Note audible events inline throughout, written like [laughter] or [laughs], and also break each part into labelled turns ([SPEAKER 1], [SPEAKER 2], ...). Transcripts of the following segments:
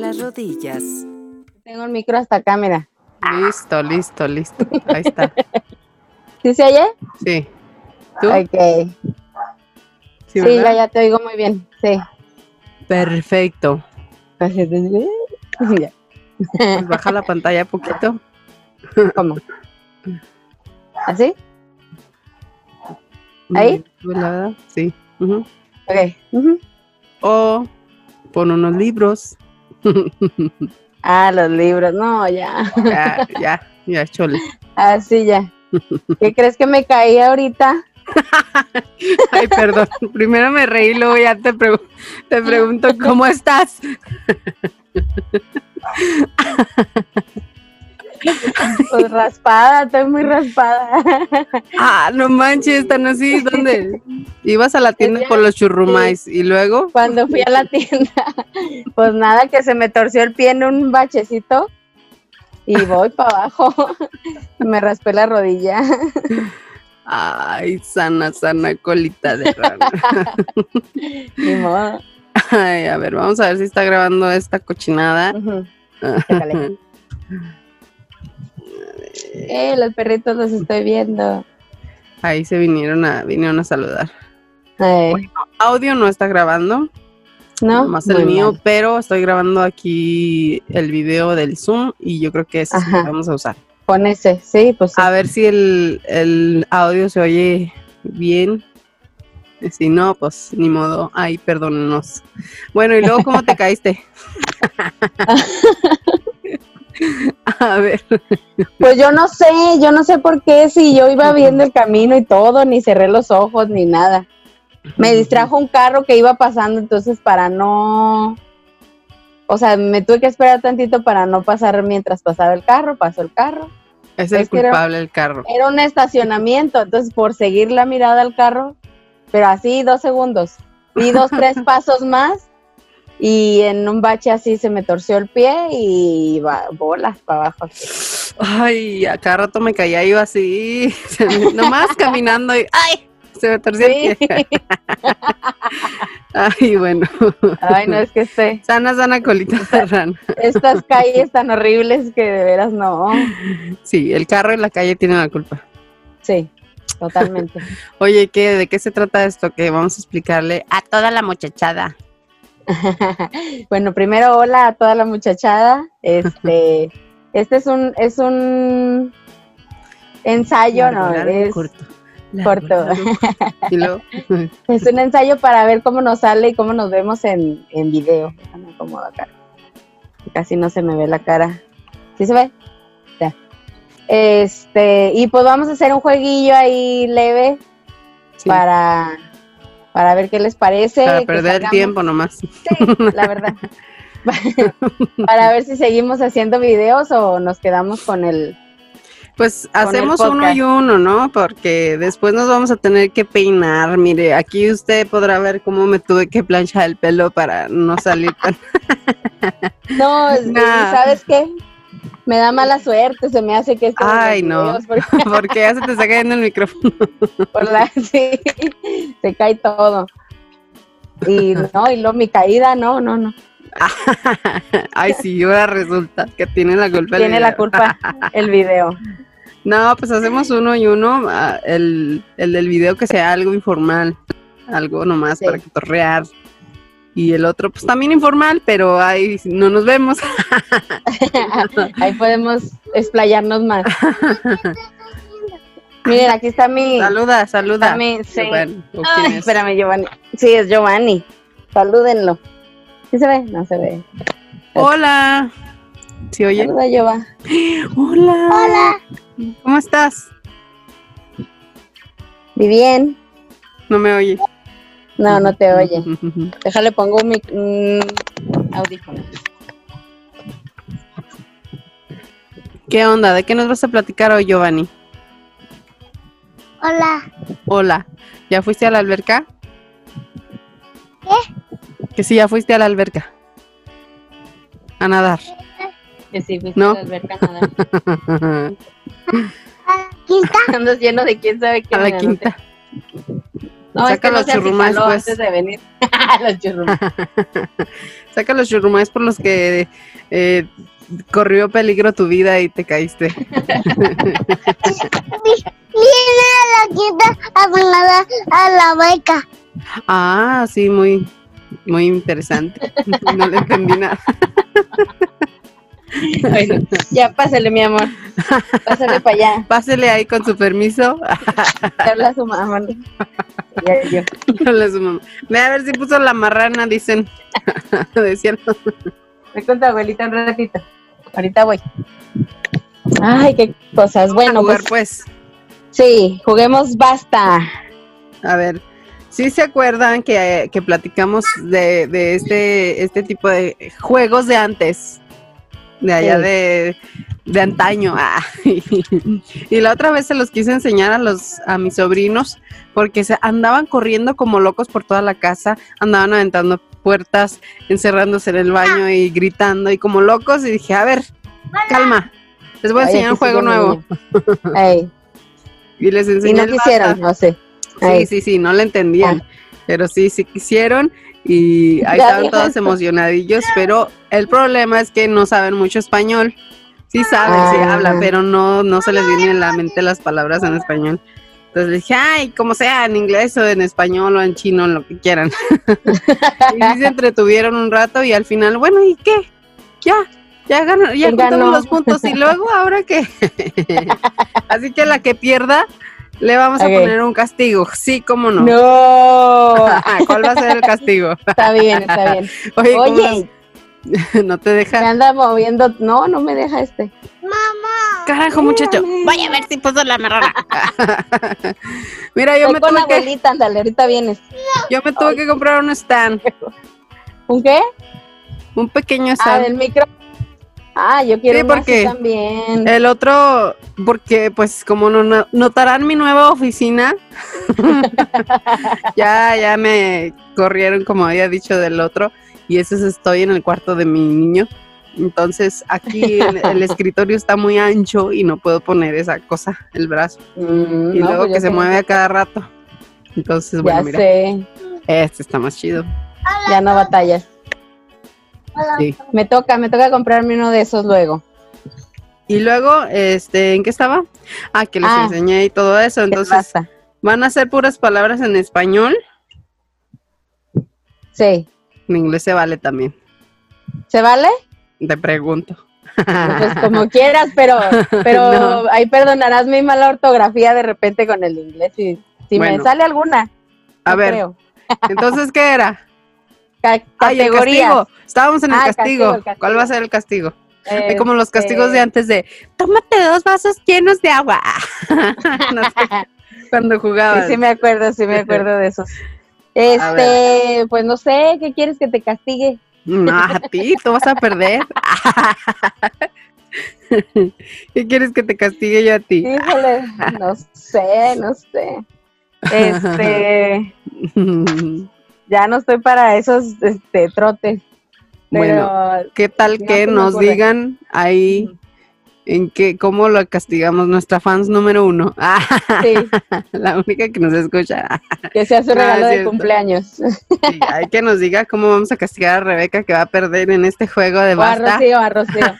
[SPEAKER 1] rodillas.
[SPEAKER 2] Tengo el micro hasta acá, mira.
[SPEAKER 3] Ah, Listo, listo, listo. Ahí está.
[SPEAKER 2] [laughs] ¿Sí se oye?
[SPEAKER 3] Sí. ¿Tú?
[SPEAKER 2] Ok. Sí,
[SPEAKER 3] Sí, ¿verdad?
[SPEAKER 2] ya, ya te oigo muy bien. Sí. Pues,
[SPEAKER 3] Perfecto.
[SPEAKER 2] [laughs] Ya,
[SPEAKER 3] Pues baja la pantalla poquito.
[SPEAKER 2] [laughs] ¿Cómo? ¿Así? ¿Ahí?
[SPEAKER 3] Pues, la verdad, Sí. Ujú.
[SPEAKER 2] Ok. Ujú.
[SPEAKER 3] O pon unos libros.
[SPEAKER 2] Ah, los libros. No, ya.
[SPEAKER 3] ya, Ah, ya, ya, chole.
[SPEAKER 2] Así
[SPEAKER 3] [laughs]
[SPEAKER 2] ya. ¿Qué crees que me caí ahorita?
[SPEAKER 3] Ay, perdón. [laughs] Primero me reí, luego ya te, pregu- te pregunto cómo estás.
[SPEAKER 2] Pues raspada, estoy muy raspada.
[SPEAKER 3] Ah, no manches, están así. ¿Dónde? Ibas a la tienda por los churrumais y luego.
[SPEAKER 2] Cuando fui a
[SPEAKER 3] [laughs]
[SPEAKER 2] la tienda, [laughs] pues nada, que se me torció el pie en un bachecito y voy para abajo. [laughs] Me raspé la rodilla. [laughs]
[SPEAKER 3] Ay, sana, sana colita de rana.
[SPEAKER 2] Ni modo.
[SPEAKER 3] [laughs] Ay, a ver, vamos a ver si está grabando esta cochinada.
[SPEAKER 2] Ujú.
[SPEAKER 3] [laughs]
[SPEAKER 2] Chécale. Eh, los perritos los estoy viendo.
[SPEAKER 3] Ahí se vinieron a, vinieron a saludar.
[SPEAKER 2] Eh,
[SPEAKER 3] Audio no está grabando,
[SPEAKER 2] no,
[SPEAKER 3] más
[SPEAKER 2] Muy
[SPEAKER 3] el mío,
[SPEAKER 2] mal.
[SPEAKER 3] pero estoy grabando aquí el video del Zoom y yo creo que ese es el que
[SPEAKER 2] Ajá.
[SPEAKER 3] vamos a usar.
[SPEAKER 2] Pon ese, sí, pues sí.
[SPEAKER 3] A ver si el, el audio se oye bien. Y Si no, pues ni modo. Ay, perdónenos. Bueno, y
[SPEAKER 2] [laughs]
[SPEAKER 3] luego, ¿cómo te caíste? a ver,
[SPEAKER 2] Pues yo no sé, yo no sé por qué, si yo iba viendo el camino y todo, ni cerré los ojos, ni nada. Me distrajo un carro que iba pasando, entonces para no... O sea, me tuve que esperar tantito para no pasar mientras pasaba el carro, pasó el carro.
[SPEAKER 3] es el
[SPEAKER 2] Es que era-
[SPEAKER 3] culpable el carro.
[SPEAKER 2] Era un estacionamiento, entonces por seguir la mirada al carro, pero así dos segundos. Di dos, tres pasos más y en un bache así se me torció el pie y va, bolas para abajo. así.
[SPEAKER 3] Ay, a cada rato me caía yo así, se me- nomás caminando y ¡ay! Se me torció el pie. [laughs]
[SPEAKER 2] Sí.
[SPEAKER 3] Ay, bueno.
[SPEAKER 2] Ay, no, es que sé.
[SPEAKER 3] Sana, sana colita
[SPEAKER 2] [laughs]
[SPEAKER 3] de rana. [laughs]
[SPEAKER 2] estas calles tan horribles que de veras no.
[SPEAKER 3] Sí, el carro y la calle tienen la culpa.
[SPEAKER 2] Sí,
[SPEAKER 3] [laughs]
[SPEAKER 2] totalmente.
[SPEAKER 3] Oye, ¿qué, ¿de qué se trata esto? Que vamos a explicarle a toda la muchachada.
[SPEAKER 2] bueno, primero hola a toda la muchachada. Este,
[SPEAKER 3] [laughs]
[SPEAKER 2] este es un es un ensayo, no,
[SPEAKER 3] Largo,
[SPEAKER 2] es,
[SPEAKER 3] corto.
[SPEAKER 2] corto.
[SPEAKER 3] largo, corto.
[SPEAKER 2] [laughs]
[SPEAKER 3] Y luego,
[SPEAKER 2] es un ensayo para ver cómo nos sale y cómo nos vemos en, en video. Me acomodo acá. Casi no se me ve la cara. ¿Sí se ve? Ya. Este, y pues vamos a hacer un jueguillo ahí leve
[SPEAKER 3] sí, para,
[SPEAKER 2] para, para ver qué les parece. que
[SPEAKER 3] perder el
[SPEAKER 2] salgamos-
[SPEAKER 3] tiempo nomás.
[SPEAKER 2] [laughs] Sí, la
[SPEAKER 3] [laughs]
[SPEAKER 2] verdad. para ver si seguimos haciendo videos o nos quedamos con el...
[SPEAKER 3] Pues
[SPEAKER 2] el
[SPEAKER 3] hacemos uno y uno, ¿no? Porque después nos vamos a tener que peinar. Mire, aquí usted podrá ver cómo me tuve que planchar el pelo para no salir [laughs] tan...
[SPEAKER 2] No, es-
[SPEAKER 3] Nah.
[SPEAKER 2] ¿sabes qué? Me da mala suerte, se me hace que esto...
[SPEAKER 3] Ay, no.
[SPEAKER 2] por,
[SPEAKER 3] Porque ya se te está cayendo el micrófono.
[SPEAKER 2] [laughs] por la- [laughs] sí, se cae todo. Y no, y luego mi caída, no, no, no.
[SPEAKER 3] Ay, sí, ahora resulta que tiene la culpa. el
[SPEAKER 2] Tiene la
[SPEAKER 3] video. [laughs]
[SPEAKER 2] culpa el video.
[SPEAKER 3] No, pues hacemos uno y uno. ah, El, el del video que sea algo informal, algo nomás
[SPEAKER 2] Sí.
[SPEAKER 3] para cotorrear. Y el otro, pues también informal, pero ahí no nos vemos.
[SPEAKER 2] Ahí podemos explayarnos
[SPEAKER 3] [laughs]
[SPEAKER 2] más. Miren, aquí está mi...
[SPEAKER 3] Saluda, saluda.
[SPEAKER 2] está mi- sí.
[SPEAKER 3] Bueno, ¿o quién
[SPEAKER 2] Ay,
[SPEAKER 3] es?
[SPEAKER 2] espérame, Giovanni. Sí, es Giovanni. Salúdenlo. ¿Sí se ve? No se ve.
[SPEAKER 3] Hola. ¿Sí oye?
[SPEAKER 2] Saluda, Giovanni.
[SPEAKER 3] Hola. Hola. ¿Cómo estás?
[SPEAKER 2] Vivien.
[SPEAKER 3] No me oye.
[SPEAKER 2] No, no te oye.
[SPEAKER 3] [laughs]
[SPEAKER 2] Déjale, pongo mi mm, audífono.
[SPEAKER 3] ¿Qué onda? ¿De qué nos vas a platicar hoy, Giovanni?
[SPEAKER 4] Hola,
[SPEAKER 3] Hola. ¿Ya fuiste a la alberca? ¿Qué? Que sí, ya fuiste a la alberca. A nadar.
[SPEAKER 2] Que sí, fuiste
[SPEAKER 3] No.
[SPEAKER 2] a la alberca, nada.
[SPEAKER 3] [laughs]
[SPEAKER 4] a la quinta,
[SPEAKER 2] [laughs] Andas lleno de quién sabe qué.
[SPEAKER 3] a la
[SPEAKER 2] mira, no
[SPEAKER 3] quinta.
[SPEAKER 2] No,
[SPEAKER 3] Saca
[SPEAKER 2] es que
[SPEAKER 3] los
[SPEAKER 2] no se
[SPEAKER 3] churrumais,
[SPEAKER 2] acicaló
[SPEAKER 3] pues.
[SPEAKER 2] antes de venir. [laughs] los
[SPEAKER 3] [laughs]
[SPEAKER 2] churrumais.
[SPEAKER 3] Saca los churrumais por los que eh, corrió peligro tu vida y
[SPEAKER 1] [laughs]
[SPEAKER 3] te caíste. [laughs]
[SPEAKER 1] Viene la quita abonada a la beca.
[SPEAKER 3] Ah, sí, muy, muy interesante. [laughs] No le entendí nada.
[SPEAKER 2] Bueno, ya pásale, mi amor. Pásale para allá.
[SPEAKER 3] Pásele ahí con su permiso. [laughs]
[SPEAKER 2] Habla a su mamá. Ya, yo.
[SPEAKER 3] Habla su mamá. Ve a ver si puso la marrana, dicen. [laughs] Decían.
[SPEAKER 2] Voy con tu abuelita un ratito. Ahorita voy. Ay, qué cosas.
[SPEAKER 3] A
[SPEAKER 2] Bueno,
[SPEAKER 3] jugar,
[SPEAKER 2] pues
[SPEAKER 3] pues.
[SPEAKER 2] sí, juguemos basta.
[SPEAKER 3] A ver. Sí se acuerdan que, que platicamos de, de este, este tipo de juegos de antes. De allá
[SPEAKER 2] Sí.
[SPEAKER 3] de, de antaño. Ah, [laughs] y la otra vez se los quise enseñar a los, a mis sobrinos, porque se andaban corriendo como locos por toda la casa, andaban aventando puertas, encerrándose en el baño y gritando y como locos, y dije, a ver, calma, les voy a
[SPEAKER 2] Ay, aquí
[SPEAKER 3] enseñar un juego
[SPEAKER 2] sigue mi
[SPEAKER 3] nuevo.
[SPEAKER 2] niña.
[SPEAKER 3] [laughs]
[SPEAKER 2] Ey,
[SPEAKER 3] Y les
[SPEAKER 2] y
[SPEAKER 3] enseñé
[SPEAKER 2] no
[SPEAKER 3] el
[SPEAKER 2] quisieron,
[SPEAKER 3] bata.
[SPEAKER 2] no sé.
[SPEAKER 3] Sí,
[SPEAKER 2] Ay.
[SPEAKER 3] sí, sí, no le entendían. Pero sí, sí quisieron y ahí
[SPEAKER 2] Ah. Ya
[SPEAKER 3] estaban
[SPEAKER 2] dijo.
[SPEAKER 3] todos emocionadillos, pero el problema es que no saben mucho español. Sí saben, sí
[SPEAKER 2] Ah.
[SPEAKER 3] hablan, pero no, no se les vienen a la mente las palabras en español. Entonces les dije, ay, como sea, en inglés o en español o en chino, en lo que quieran. [laughs] y sí se entretuvieron un rato y al final, bueno, ¿y qué? Ya, ya ganó, ya
[SPEAKER 2] Él
[SPEAKER 3] juntaron
[SPEAKER 2] ganó.
[SPEAKER 3] los puntos y luego, ¿ahora qué? [laughs] Así que la que pierda, le vamos
[SPEAKER 2] Ok.
[SPEAKER 3] a poner un castigo. Sí, cómo no.
[SPEAKER 2] No,
[SPEAKER 3] [laughs] Ah, ¿Cuál va a ser el castigo? [laughs]
[SPEAKER 2] está bien, está bien.
[SPEAKER 3] Oye, ¿cómo
[SPEAKER 2] Oye,
[SPEAKER 3] las- [laughs] no te
[SPEAKER 2] me
[SPEAKER 3] deja.
[SPEAKER 2] anda moviendo. No, no me deja este. Mm,
[SPEAKER 3] Carajo, muchacho.
[SPEAKER 2] Mírame.
[SPEAKER 3] Vaya a ver si puso la marrana. Mira, yo
[SPEAKER 2] Voy
[SPEAKER 3] me,
[SPEAKER 2] con la
[SPEAKER 3] tuve que,
[SPEAKER 2] abuelita, ándale, ahorita vienes.
[SPEAKER 3] yo me tuve que comprar un stand,
[SPEAKER 2] ¿Un qué?
[SPEAKER 3] un
[SPEAKER 2] Ah,
[SPEAKER 3] pequeño stand.
[SPEAKER 2] del micro. Ah, yo quiero
[SPEAKER 3] Sí,
[SPEAKER 2] uno así
[SPEAKER 3] porque- Eh,
[SPEAKER 2] también.
[SPEAKER 3] El otro, porque pues como no- no- notarán mi nueva oficina, [laughs] ya, ya me corrieron como había dicho del otro y ese es estoy en el cuarto de mi niño. Entonces aquí el,
[SPEAKER 2] [laughs]
[SPEAKER 3] el escritorio está muy ancho y no puedo poner esa cosa, el brazo.
[SPEAKER 2] Mm,
[SPEAKER 3] Y
[SPEAKER 2] no,
[SPEAKER 3] luego
[SPEAKER 2] pues yo
[SPEAKER 3] que se
[SPEAKER 2] tengo-
[SPEAKER 3] mueve a cada rato. Entonces, bueno,
[SPEAKER 2] Ya
[SPEAKER 3] mira,
[SPEAKER 2] sé,
[SPEAKER 3] este está más chido.
[SPEAKER 2] ya no batallas.
[SPEAKER 3] Sí.
[SPEAKER 2] Me toca, me toca comprarme uno de esos luego.
[SPEAKER 3] Y luego, este, ¿en qué estaba? Ah, que les
[SPEAKER 2] Ah.
[SPEAKER 3] enseñé y todo eso.
[SPEAKER 2] Del
[SPEAKER 3] Entonces,
[SPEAKER 2] basta.
[SPEAKER 3] van a ser puras palabras en español.
[SPEAKER 2] Sí.
[SPEAKER 3] En inglés se vale también,
[SPEAKER 2] ¿Se vale?
[SPEAKER 3] te pregunto.
[SPEAKER 2] Pues como quieras,
[SPEAKER 3] [laughs]
[SPEAKER 2] pero, pero
[SPEAKER 3] Ah. No.
[SPEAKER 2] ahí perdonarás mi mala ortografía de repente con el inglés. Si, si
[SPEAKER 3] Bueno.
[SPEAKER 2] me sale alguna.
[SPEAKER 3] [laughs] A
[SPEAKER 2] no
[SPEAKER 3] ver,
[SPEAKER 2] creo.
[SPEAKER 3] entonces,
[SPEAKER 2] [laughs]
[SPEAKER 3] ¿qué era?
[SPEAKER 2] Ca-
[SPEAKER 3] Ay, el
[SPEAKER 2] categorías.
[SPEAKER 3] [laughs] castigo. Estábamos en el,
[SPEAKER 2] Ah, el
[SPEAKER 3] castigo.
[SPEAKER 2] castigo, el castigo.
[SPEAKER 3] ¿Cuál va a ser el castigo?
[SPEAKER 2] Eh,
[SPEAKER 3] Es como los castigos de antes de, tómate dos vasos llenos de agua. [laughs] No sé, cuando
[SPEAKER 2] sí,
[SPEAKER 3] jugabas.
[SPEAKER 2] sí me acuerdo, sí me acuerdo de
[SPEAKER 3] [laughs]
[SPEAKER 2] esos. Este, pues no sé, ¿qué quieres que te castigue?
[SPEAKER 3] No, a ti, tú vas a perder. [laughs] ¿Qué quieres que te castigue yo a ti? [laughs]
[SPEAKER 2] Híjole, no sé, no sé.
[SPEAKER 3] [laughs]
[SPEAKER 2] Este, ya no estoy para esos este, trotes.
[SPEAKER 3] bueno,
[SPEAKER 2] Pero
[SPEAKER 3] [laughs] ¿qué tal
[SPEAKER 2] no
[SPEAKER 3] que
[SPEAKER 2] se me
[SPEAKER 3] nos
[SPEAKER 2] ocurre.
[SPEAKER 3] digan ahí en qué, cómo lo castigamos? Nuestra fans número uno, [laughs] Ah,
[SPEAKER 2] sí,
[SPEAKER 3] la única que nos escucha.
[SPEAKER 2] que sea su
[SPEAKER 3] [laughs] No,
[SPEAKER 2] regalo
[SPEAKER 3] es
[SPEAKER 2] de
[SPEAKER 3] cierto.
[SPEAKER 2] cumpleaños.
[SPEAKER 3] Sí, [laughs] hay que nos diga cómo vamos a castigar a Rebeca que va a perder en este juego de
[SPEAKER 2] O a
[SPEAKER 3] basta.
[SPEAKER 2] Rocío, a Rocío.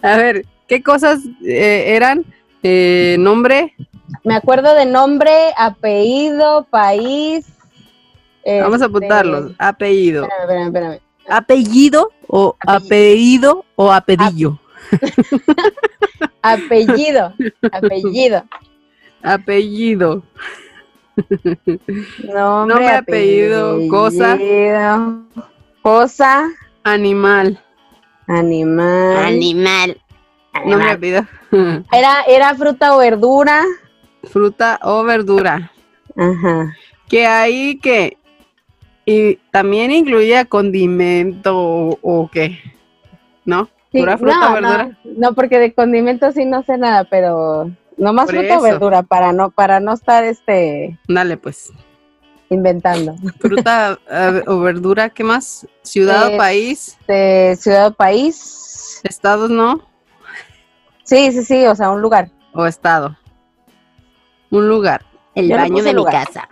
[SPEAKER 3] A ver, ¿qué cosas eh, eran? Eh, nombre,
[SPEAKER 2] Me acuerdo de nombre, apellido, país.
[SPEAKER 3] vamos
[SPEAKER 2] este,
[SPEAKER 3] a apuntarlos. Apellido.
[SPEAKER 2] Espérame, espérame, espérame.
[SPEAKER 3] apellido o apellido o apedillo. [laughs]
[SPEAKER 2] Apellido, apellido.
[SPEAKER 3] Apellido.
[SPEAKER 2] Nombre,
[SPEAKER 3] Nombre, apellido, cosa.
[SPEAKER 2] Cosa,
[SPEAKER 3] Animal. ah.
[SPEAKER 2] animal.
[SPEAKER 1] Animal.
[SPEAKER 3] No me olvido.
[SPEAKER 2] Era, era fruta o verdura.
[SPEAKER 3] [laughs] Fruta o verdura.
[SPEAKER 2] Ajá.
[SPEAKER 3] Que ahí que. Y también incluía condimento o, o qué. ¿No?
[SPEAKER 2] Sí,
[SPEAKER 3] Pura fruta
[SPEAKER 2] no,
[SPEAKER 3] o verdura.
[SPEAKER 2] No, no, porque de condimentos sí no sé nada, pero nomás
[SPEAKER 3] Por
[SPEAKER 2] fruta o
[SPEAKER 3] eso.
[SPEAKER 2] verdura para no para no estar este
[SPEAKER 3] Dale, pues.
[SPEAKER 2] inventando.
[SPEAKER 3] Fruta [laughs] eh, o verdura, ¿qué más? Ciudad
[SPEAKER 2] Eh,
[SPEAKER 3] o país.
[SPEAKER 2] De ciudad o país.
[SPEAKER 3] Estados no.
[SPEAKER 2] Sí, sí, sí, o sea, un lugar.
[SPEAKER 3] O estado. Un lugar. [laughs]
[SPEAKER 1] El
[SPEAKER 2] Yo le
[SPEAKER 1] baño
[SPEAKER 2] puse
[SPEAKER 1] de mi
[SPEAKER 2] lugar.
[SPEAKER 1] casa.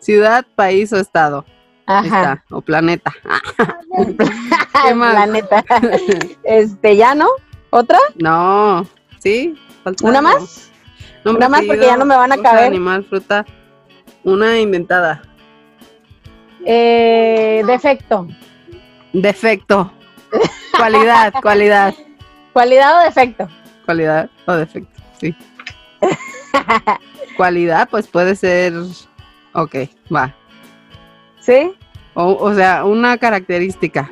[SPEAKER 3] Ciudad, país o estado. Ahí
[SPEAKER 2] Ajá.
[SPEAKER 3] está, o planeta.
[SPEAKER 2] [laughs]
[SPEAKER 3] ¿Qué más? Ah,
[SPEAKER 2] La
[SPEAKER 3] [laughs]
[SPEAKER 2] neta. Este, ya no. ¿Otra?
[SPEAKER 3] No, sí. falta
[SPEAKER 2] ¿Una
[SPEAKER 3] algo.
[SPEAKER 2] más?
[SPEAKER 3] Nombre,
[SPEAKER 2] Una más, porque
[SPEAKER 3] apellido,
[SPEAKER 2] ya no me van a
[SPEAKER 3] cosa,
[SPEAKER 2] caber.
[SPEAKER 3] Animal, fruta. Una inventada.
[SPEAKER 2] Eh, defecto. [laughs]
[SPEAKER 3] Defecto. Cualidad, cualidad.
[SPEAKER 2] ¿Cualidad o defecto?
[SPEAKER 3] Cualidad o defecto,
[SPEAKER 2] [laughs]
[SPEAKER 3] sí. Cualidad, pues puede ser. Ok, va.
[SPEAKER 2] ¿Sí?
[SPEAKER 3] O, o sea, una característica,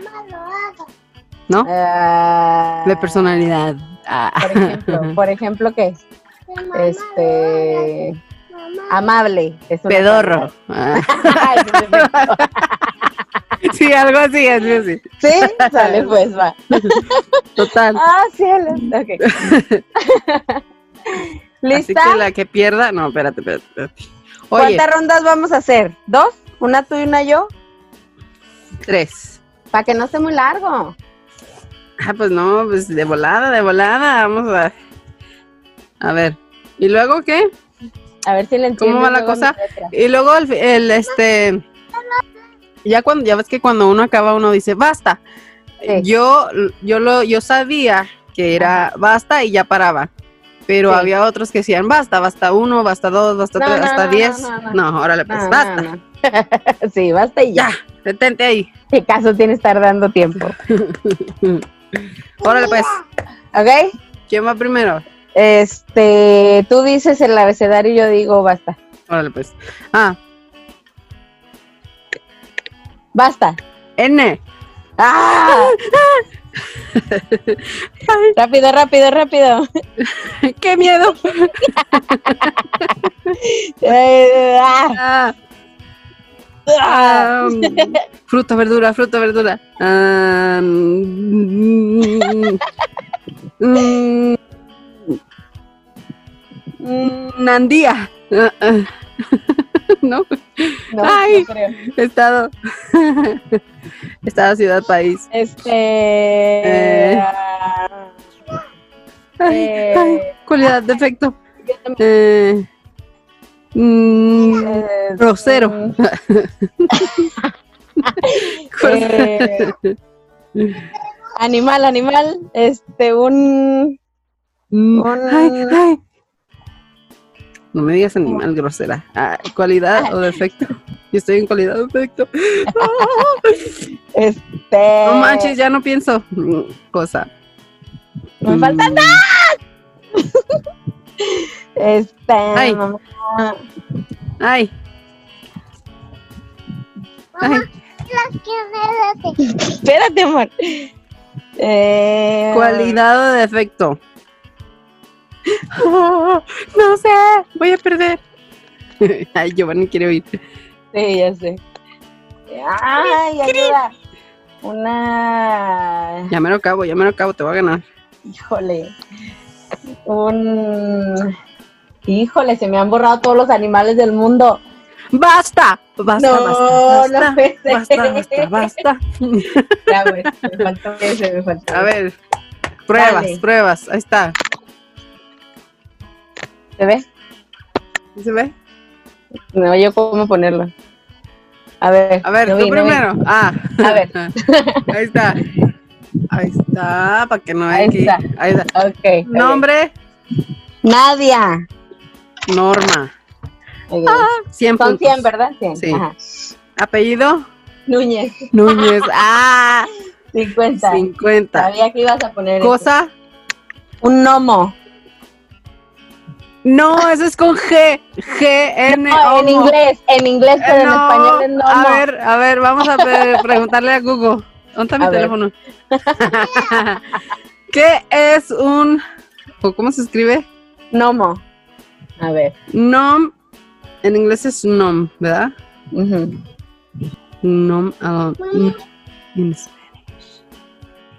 [SPEAKER 3] ¿no?
[SPEAKER 2] Ah,
[SPEAKER 3] De personalidad. Ah,
[SPEAKER 2] Por
[SPEAKER 3] [laughs]
[SPEAKER 2] ejemplo, por ejemplo, ¿qué es? Este, amable. es una
[SPEAKER 3] pedorro.
[SPEAKER 2] [laughs]
[SPEAKER 3] Ah,
[SPEAKER 2] cualidad. Ay, sí, defecto.
[SPEAKER 3] [laughs] Sí, algo así, así, así.
[SPEAKER 2] Sí, sale pues,
[SPEAKER 3] [laughs]
[SPEAKER 2] va.
[SPEAKER 3] Total.
[SPEAKER 2] Ah, cielo. Ok.
[SPEAKER 3] [laughs] Así
[SPEAKER 2] ¿Lista?
[SPEAKER 3] que la que pierda. No, espérate, espérate. espérate. Oye,
[SPEAKER 2] ¿Cuántas rondas vamos a hacer? ¿Dos? ¿Una tú y una yo?
[SPEAKER 3] tres.
[SPEAKER 2] Para que no esté muy largo.
[SPEAKER 3] Ah, pues no, pues de volada, de volada, vamos a... A ver, ¿y luego qué?
[SPEAKER 2] A ver si le entiendo.
[SPEAKER 3] va la
[SPEAKER 2] luego
[SPEAKER 3] cosa?
[SPEAKER 2] mi letra.
[SPEAKER 3] Y luego el, el, este... Ya cuando, ya ves que cuando uno acaba uno dice, basta.
[SPEAKER 2] Sí.
[SPEAKER 3] Yo, yo lo, yo sabía que era basta y ya paraba. Pero
[SPEAKER 2] Sí.
[SPEAKER 3] había otros que decían, basta, basta uno, basta dos, basta
[SPEAKER 2] No,
[SPEAKER 3] tres,
[SPEAKER 2] no,
[SPEAKER 3] hasta
[SPEAKER 2] no,
[SPEAKER 3] diez.
[SPEAKER 2] no,
[SPEAKER 3] No,
[SPEAKER 2] no,
[SPEAKER 3] órale, pues
[SPEAKER 2] Ah, No, no,
[SPEAKER 3] basta.
[SPEAKER 2] no. [laughs] sí, basta y ya.
[SPEAKER 3] Ya, detente ahí.
[SPEAKER 2] ¿Qué caso tiene estar dando tiempo?
[SPEAKER 3] Órale, pues,
[SPEAKER 2] ¿Ok?
[SPEAKER 3] ¿quién va primero?
[SPEAKER 2] Este, tú dices el abecedario y yo digo basta.
[SPEAKER 3] Órale, pues. Ah,
[SPEAKER 2] Basta.
[SPEAKER 3] N. [laughs]
[SPEAKER 2] ¡Ah! rápido, rápido, rápido.
[SPEAKER 3] [laughs] ¡Qué miedo!
[SPEAKER 2] [laughs] Eh, ah,
[SPEAKER 3] Ah.
[SPEAKER 2] ah.
[SPEAKER 3] Ah,
[SPEAKER 2] [laughs]
[SPEAKER 3] mm, fruta, verdura, fruta, verdura. Ah, mm, mm, mm, Nandía. Ah, ah. [laughs] no,
[SPEAKER 2] No,
[SPEAKER 3] Ay.
[SPEAKER 2] no creo.
[SPEAKER 3] estado. [laughs] estado, ciudad, país.
[SPEAKER 2] Este.
[SPEAKER 3] Eh.
[SPEAKER 2] ah,
[SPEAKER 3] Ay,
[SPEAKER 2] Eh.
[SPEAKER 3] ay, cualidad, defecto.
[SPEAKER 2] yo también,
[SPEAKER 3] Eh, mm,
[SPEAKER 2] eh,
[SPEAKER 3] grosero. [laughs]
[SPEAKER 2] eh, [laughs] animal, animal. Este, un.
[SPEAKER 3] Mm,
[SPEAKER 2] un-
[SPEAKER 3] ay, ay. No me digas animal grosera. Ah, ¿Cualidad o defecto? Yo estoy en cualidad o defecto.
[SPEAKER 2] Este.
[SPEAKER 3] No manches, ya no pienso. Mm, Cosa.
[SPEAKER 2] Me faltan
[SPEAKER 3] Mm,
[SPEAKER 2] Este.
[SPEAKER 3] Ay.
[SPEAKER 2] mamá,
[SPEAKER 3] Ay, ay.
[SPEAKER 2] Espérate, amor. Eh,
[SPEAKER 3] ¿Cualidad o defecto? Ah, no sé, voy a perder. [laughs] Ay, Giovanni quiere oír.
[SPEAKER 2] Sí, ya sé. Ay, ayuda. Una.
[SPEAKER 3] Ya me lo acabo, ya me lo acabo, te voy a ganar.
[SPEAKER 2] Híjole. Un. Híjole, se me han borrado todos los animales del mundo.
[SPEAKER 3] ¡Basta! ¡Basta,
[SPEAKER 2] No, no
[SPEAKER 3] basta!
[SPEAKER 2] puede
[SPEAKER 3] Basta,
[SPEAKER 2] ser.
[SPEAKER 3] basta, basta, basta.
[SPEAKER 2] Ya, güey, me faltó ese, me faltó.
[SPEAKER 3] A ver, pruebas,
[SPEAKER 2] Dale.
[SPEAKER 3] pruebas. Ahí está.
[SPEAKER 2] ¿Se ve?
[SPEAKER 3] ¿Se ve?
[SPEAKER 2] No, yo cómo ponerlo. A ver.
[SPEAKER 3] A ver,
[SPEAKER 2] no
[SPEAKER 3] tú
[SPEAKER 2] vi, no vi.
[SPEAKER 3] primero. Ah.
[SPEAKER 2] A ver.
[SPEAKER 3] Ahí está. Ahí está, para que no
[SPEAKER 2] Ahí
[SPEAKER 3] hay que-
[SPEAKER 2] está.
[SPEAKER 3] Ahí está. [laughs]
[SPEAKER 2] Ok. está bien.
[SPEAKER 3] Nombre,
[SPEAKER 2] Nadia.
[SPEAKER 3] Norma.
[SPEAKER 2] Ok.
[SPEAKER 3] Cien
[SPEAKER 2] Son
[SPEAKER 3] puntos.
[SPEAKER 2] 100, ¿verdad? 100.
[SPEAKER 3] Ah, pues, Sí.
[SPEAKER 2] Ajá.
[SPEAKER 3] Apellido,
[SPEAKER 2] Núñez, [laughs]
[SPEAKER 3] Núñez. Ah,
[SPEAKER 2] 50.
[SPEAKER 3] 50.
[SPEAKER 2] Sabía que ibas a poner.
[SPEAKER 3] Cosa,
[SPEAKER 2] eso. Un gnomo.
[SPEAKER 3] no, eso es con G. G, N,
[SPEAKER 2] No, Ah, en
[SPEAKER 3] O.
[SPEAKER 2] inglés, en inglés,
[SPEAKER 3] Eh,
[SPEAKER 2] pero en
[SPEAKER 3] no.
[SPEAKER 2] español es gnomo.
[SPEAKER 3] A ver, a ver, vamos a pre-
[SPEAKER 2] [laughs]
[SPEAKER 3] preguntarle a Google. ¿Dónde está mi
[SPEAKER 2] A ver.
[SPEAKER 3] teléfono?
[SPEAKER 2] [laughs]
[SPEAKER 3] ¿Qué es un. o ¿Cómo se escribe?
[SPEAKER 2] Gnomo. A ver.
[SPEAKER 3] Nom. En inglés es nom, ¿verdad?
[SPEAKER 2] ujú.
[SPEAKER 3] Nom, ah, mm, in Spanish.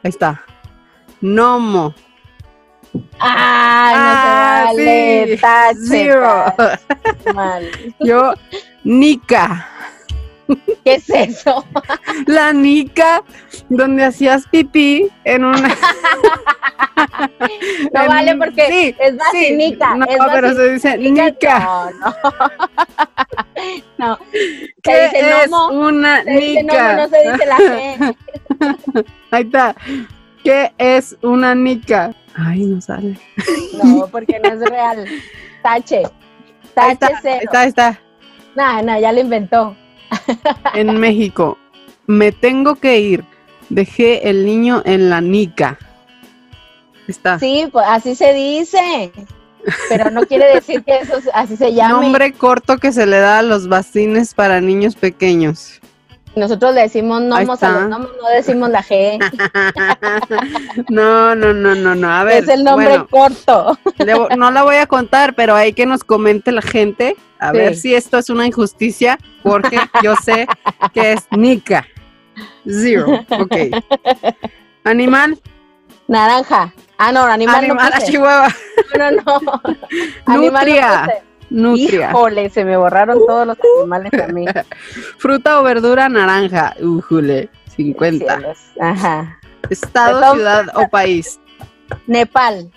[SPEAKER 3] Ahí está. Nomo.
[SPEAKER 2] Ay, no
[SPEAKER 3] Ah,
[SPEAKER 2] se vale.
[SPEAKER 3] sí.
[SPEAKER 2] [laughs] Tache,
[SPEAKER 3] Zero.
[SPEAKER 2] tache, mal.
[SPEAKER 3] Yo, Nika.
[SPEAKER 2] ¿Qué es
[SPEAKER 3] [laughs]
[SPEAKER 2] eso?
[SPEAKER 3] La nica, donde hacías pipí en una.
[SPEAKER 2] No
[SPEAKER 3] en-
[SPEAKER 2] vale porque
[SPEAKER 3] sí,
[SPEAKER 2] es
[SPEAKER 3] sí,
[SPEAKER 2] vacinica.
[SPEAKER 3] No,
[SPEAKER 2] es
[SPEAKER 3] pero se dice
[SPEAKER 2] vacinica.
[SPEAKER 3] nica.
[SPEAKER 2] No, no. No. Se
[SPEAKER 3] ¿Qué
[SPEAKER 2] dice
[SPEAKER 3] es
[SPEAKER 2] nomo.
[SPEAKER 3] una
[SPEAKER 2] Se dice
[SPEAKER 3] nica?
[SPEAKER 2] nomo, no se dice la
[SPEAKER 3] [laughs]
[SPEAKER 2] G.
[SPEAKER 3] Ahí está. ¿Qué es una nica? Ay, no sale.
[SPEAKER 2] No, porque no es real. Tache.
[SPEAKER 3] Ahí
[SPEAKER 2] Tache
[SPEAKER 3] está, ahí
[SPEAKER 2] cero.
[SPEAKER 3] está, ahí está.
[SPEAKER 2] No, no, ya lo inventó. [laughs]
[SPEAKER 3] En México, me tengo que ir. Dejé el niño en la nica. Está.
[SPEAKER 2] Sí, pues así se dice. Pero no quiere decir que eso así se llame.
[SPEAKER 3] Nombre corto que se le da a los bastines para
[SPEAKER 2] [laughs]
[SPEAKER 3] niños pequeños.
[SPEAKER 2] Nosotros le decimos
[SPEAKER 3] Ahí
[SPEAKER 2] nomos a
[SPEAKER 3] está. Ah,
[SPEAKER 2] los nomos, no decimos la G.
[SPEAKER 3] no, no, no, no, no. A ver,
[SPEAKER 2] es el nombre
[SPEAKER 3] bueno,
[SPEAKER 2] corto.
[SPEAKER 3] le vo- no la voy a contar, pero hay que nos comente la gente a
[SPEAKER 2] Sí.
[SPEAKER 3] ver si esto es una injusticia, porque yo sé que es Nica. Zero. Ok. Animal.
[SPEAKER 2] Naranja. Ah, no, animal,
[SPEAKER 3] Animal.
[SPEAKER 2] no
[SPEAKER 3] a
[SPEAKER 2] puse.
[SPEAKER 3] Chihuahua.
[SPEAKER 2] No, no, no.
[SPEAKER 3] [laughs]
[SPEAKER 2] Animal no
[SPEAKER 3] Nutria.
[SPEAKER 2] puse.
[SPEAKER 3] Nutria. Uh.
[SPEAKER 2] Híjole, se me borraron todos los animales a
[SPEAKER 3] [laughs]
[SPEAKER 2] mí.
[SPEAKER 3] Fruta o verdura naranja. Újule. 50.
[SPEAKER 2] Cielos. Ajá.
[SPEAKER 3] Estado,
[SPEAKER 2] Estado-
[SPEAKER 3] ciudad o país.
[SPEAKER 2] Nepal.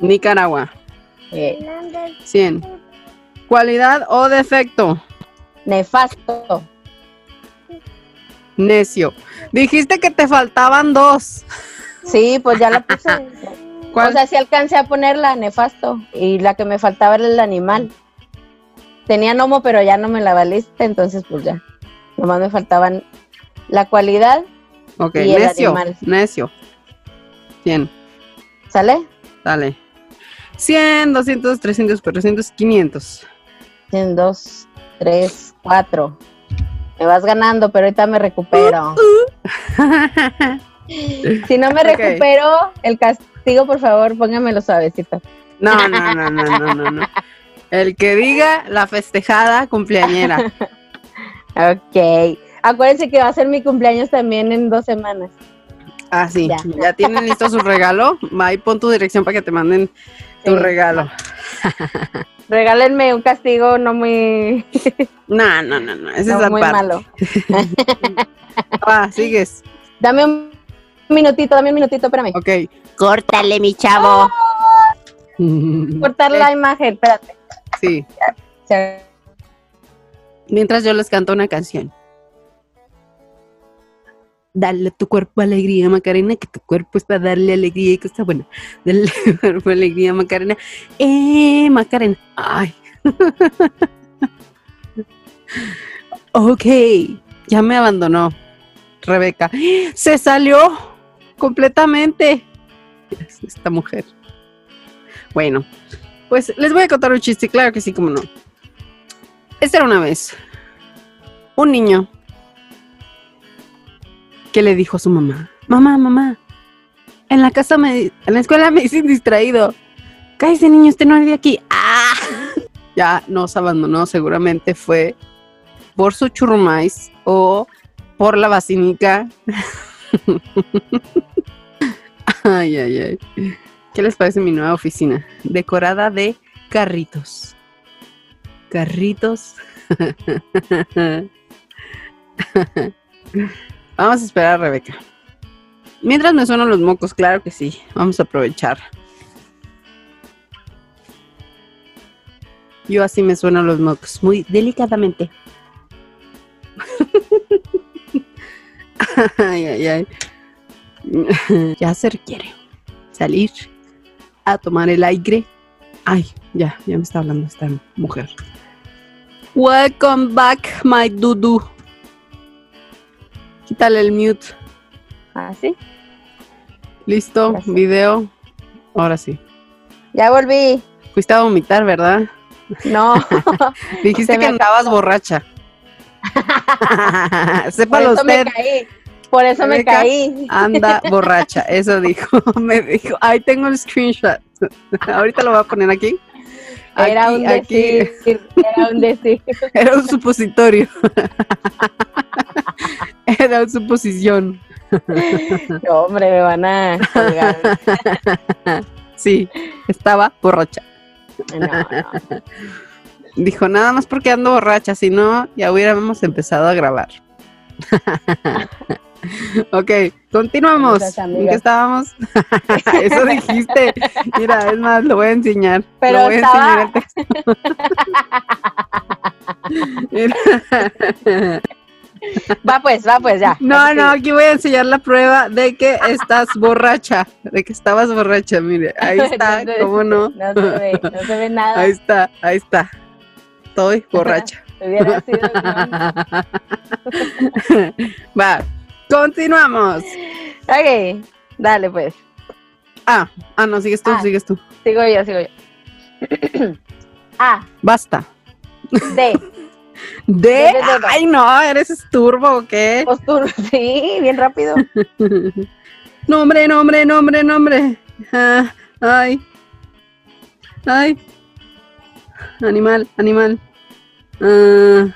[SPEAKER 3] Nicaragua.
[SPEAKER 2] eh,
[SPEAKER 3] 100. Cualidad o defecto.
[SPEAKER 2] nefasto.
[SPEAKER 3] Necio. Dijiste que te faltaban dos.
[SPEAKER 2] Sí, pues ya la
[SPEAKER 3] [laughs]
[SPEAKER 2] puse.
[SPEAKER 3] ¿Cuál?
[SPEAKER 2] O sea, sí alcancé a ponerla, nefasto. Y la que me faltaba era el animal. Tenía nomo, pero ya no me la valiste, entonces pues ya. Nomás me faltaban la cualidad,
[SPEAKER 3] ok,
[SPEAKER 2] y el
[SPEAKER 3] necio.
[SPEAKER 2] animal.
[SPEAKER 3] Necio. 100.
[SPEAKER 2] ¿sale?
[SPEAKER 3] Dale. 100, 200, 300, 400, 500.
[SPEAKER 2] 1, 2, 3, 4. Me vas ganando, pero ahorita me recupero. Si no me
[SPEAKER 3] Uh, [laughs] Ok.
[SPEAKER 2] recupero, el castigo, por favor, póngamelo suavecito.
[SPEAKER 3] no, no, no, no, no, no, no. El que diga la
[SPEAKER 2] [laughs]
[SPEAKER 3] festejada cumpleañera.
[SPEAKER 2] Ok. Acuérdense que va a ser mi cumpleaños también en dos semanas.
[SPEAKER 3] Ah, sí.
[SPEAKER 2] Ya.
[SPEAKER 3] Ya. tienen listo su regalo. Va y pon tu dirección para que te manden tu
[SPEAKER 2] Sí.
[SPEAKER 3] regalo.
[SPEAKER 2] Regálenme un castigo no muy,
[SPEAKER 3] No, no, no, no. Esa
[SPEAKER 2] no
[SPEAKER 3] es la
[SPEAKER 2] muy
[SPEAKER 3] parte.
[SPEAKER 2] malo.
[SPEAKER 3] Ah, sigues.
[SPEAKER 2] Dame un minutito, dame un minutito, espérame. [laughs] Ah,
[SPEAKER 3] Ok.
[SPEAKER 1] Córtale, mi
[SPEAKER 3] Oh.
[SPEAKER 1] chavo.
[SPEAKER 2] Cortar
[SPEAKER 3] Eh.
[SPEAKER 2] la imagen, espérate.
[SPEAKER 3] Sí.
[SPEAKER 2] Se
[SPEAKER 3] Mientras yo les canto una canción. Dale a tu cuerpo alegría, Macarena, que tu cuerpo es para darle alegría y cosa buena. Dale [laughs] a tu cuerpo alegría, Macarena. ¡Eh, Macarena! ¡Ay! [laughs] ok, ya me abandonó Rebeca. ¡Se salió completamente! Esta mujer. Bueno, pues les voy a contar un chiste, claro que sí, como no. Esta era una vez un niño que le dijo a su mamá, mamá, mamá, en la casa me, en la escuela me dicen distraído. Cállese niño, usted no es de aquí. ¡Ah! [laughs] Ya nos abandonó, seguramente fue por su churrumais o por la vacinica. [laughs] ay, ay, ay. ¿Qué les parece mi nueva oficina? Decorada de carritos carritos. [laughs] Vamos a esperar a Rebeca. Mientras me suenan los mocos, claro que sí. Vamos a aprovechar. Yo así me suenan los mocos, muy delicadamente. [laughs] ay, ay, ay. [laughs] ya se requiere salir a tomar el aire. Ay, ya, ya me está hablando esta mujer. Welcome back, my dudu. Quítale el mute.
[SPEAKER 2] Así.
[SPEAKER 3] Listo,
[SPEAKER 2] Gracias.
[SPEAKER 3] video. Ahora sí.
[SPEAKER 2] Ya volví.
[SPEAKER 3] Fuiste a vomitar, ¿verdad? [laughs]
[SPEAKER 2] No.
[SPEAKER 3] Dijiste
[SPEAKER 2] Se me
[SPEAKER 3] que andabas
[SPEAKER 2] [laughs]
[SPEAKER 3] borracha.
[SPEAKER 2] Por
[SPEAKER 3] Sépalo
[SPEAKER 2] eso me
[SPEAKER 3] usted,
[SPEAKER 2] caí. Por eso me
[SPEAKER 3] Rebeca.
[SPEAKER 2] caí. [laughs]
[SPEAKER 3] anda borracha. Eso dijo, [laughs] me dijo. Ahí tengo el screenshot. [laughs] Ahorita lo voy a poner aquí.
[SPEAKER 2] Era
[SPEAKER 3] Aquí,
[SPEAKER 2] un
[SPEAKER 3] aquí.
[SPEAKER 2] decir. Era un decir.
[SPEAKER 3] [laughs] Era un supositorio. [laughs] Era una suposición.
[SPEAKER 2] No, hombre, me van a colgar.
[SPEAKER 3] Sí, estaba borracha.
[SPEAKER 2] No, no.
[SPEAKER 3] Dijo, nada más porque ando borracha, si no, ya hubiéramos empezado a grabar. [laughs] ok, continuamos.
[SPEAKER 2] Gracias,
[SPEAKER 3] ¿En
[SPEAKER 2] amiga.
[SPEAKER 3] qué estábamos? [laughs] Eso dijiste. Mira, es más, lo voy a enseñar.
[SPEAKER 2] Pero
[SPEAKER 3] lo voy
[SPEAKER 2] estaba-
[SPEAKER 3] a enseñar el [laughs] texto. Mira.
[SPEAKER 2] Va pues, va pues, ya.
[SPEAKER 3] No, no, aquí voy a enseñar la prueba de que estás borracha, de que estabas borracha, mire,
[SPEAKER 2] [laughs]
[SPEAKER 3] ahí está,
[SPEAKER 2] No, no.
[SPEAKER 3] ¿cómo no?
[SPEAKER 2] No se ve, no se ve nada.
[SPEAKER 3] Ahí está, ahí está. Estoy borracha.
[SPEAKER 2] Hubiera sido guión.
[SPEAKER 3] Va, continuamos.
[SPEAKER 2] Ok, dale pues.
[SPEAKER 3] Ah, ah, no, sigues tú,
[SPEAKER 2] Ah.
[SPEAKER 3] sigues tú.
[SPEAKER 2] Sigo yo, sigo yo. [clears throat] A,
[SPEAKER 3] Basta.
[SPEAKER 2] D.
[SPEAKER 3] De.
[SPEAKER 2] Yo, yo, yo.
[SPEAKER 3] Ay, no, eres esturbo, ¿o qué?
[SPEAKER 2] Pues tú- [laughs] sí, bien rápido.
[SPEAKER 3] Nombre, nombre, nombre, nombre. Ah, ay. Ay. Animal, animal. Ah,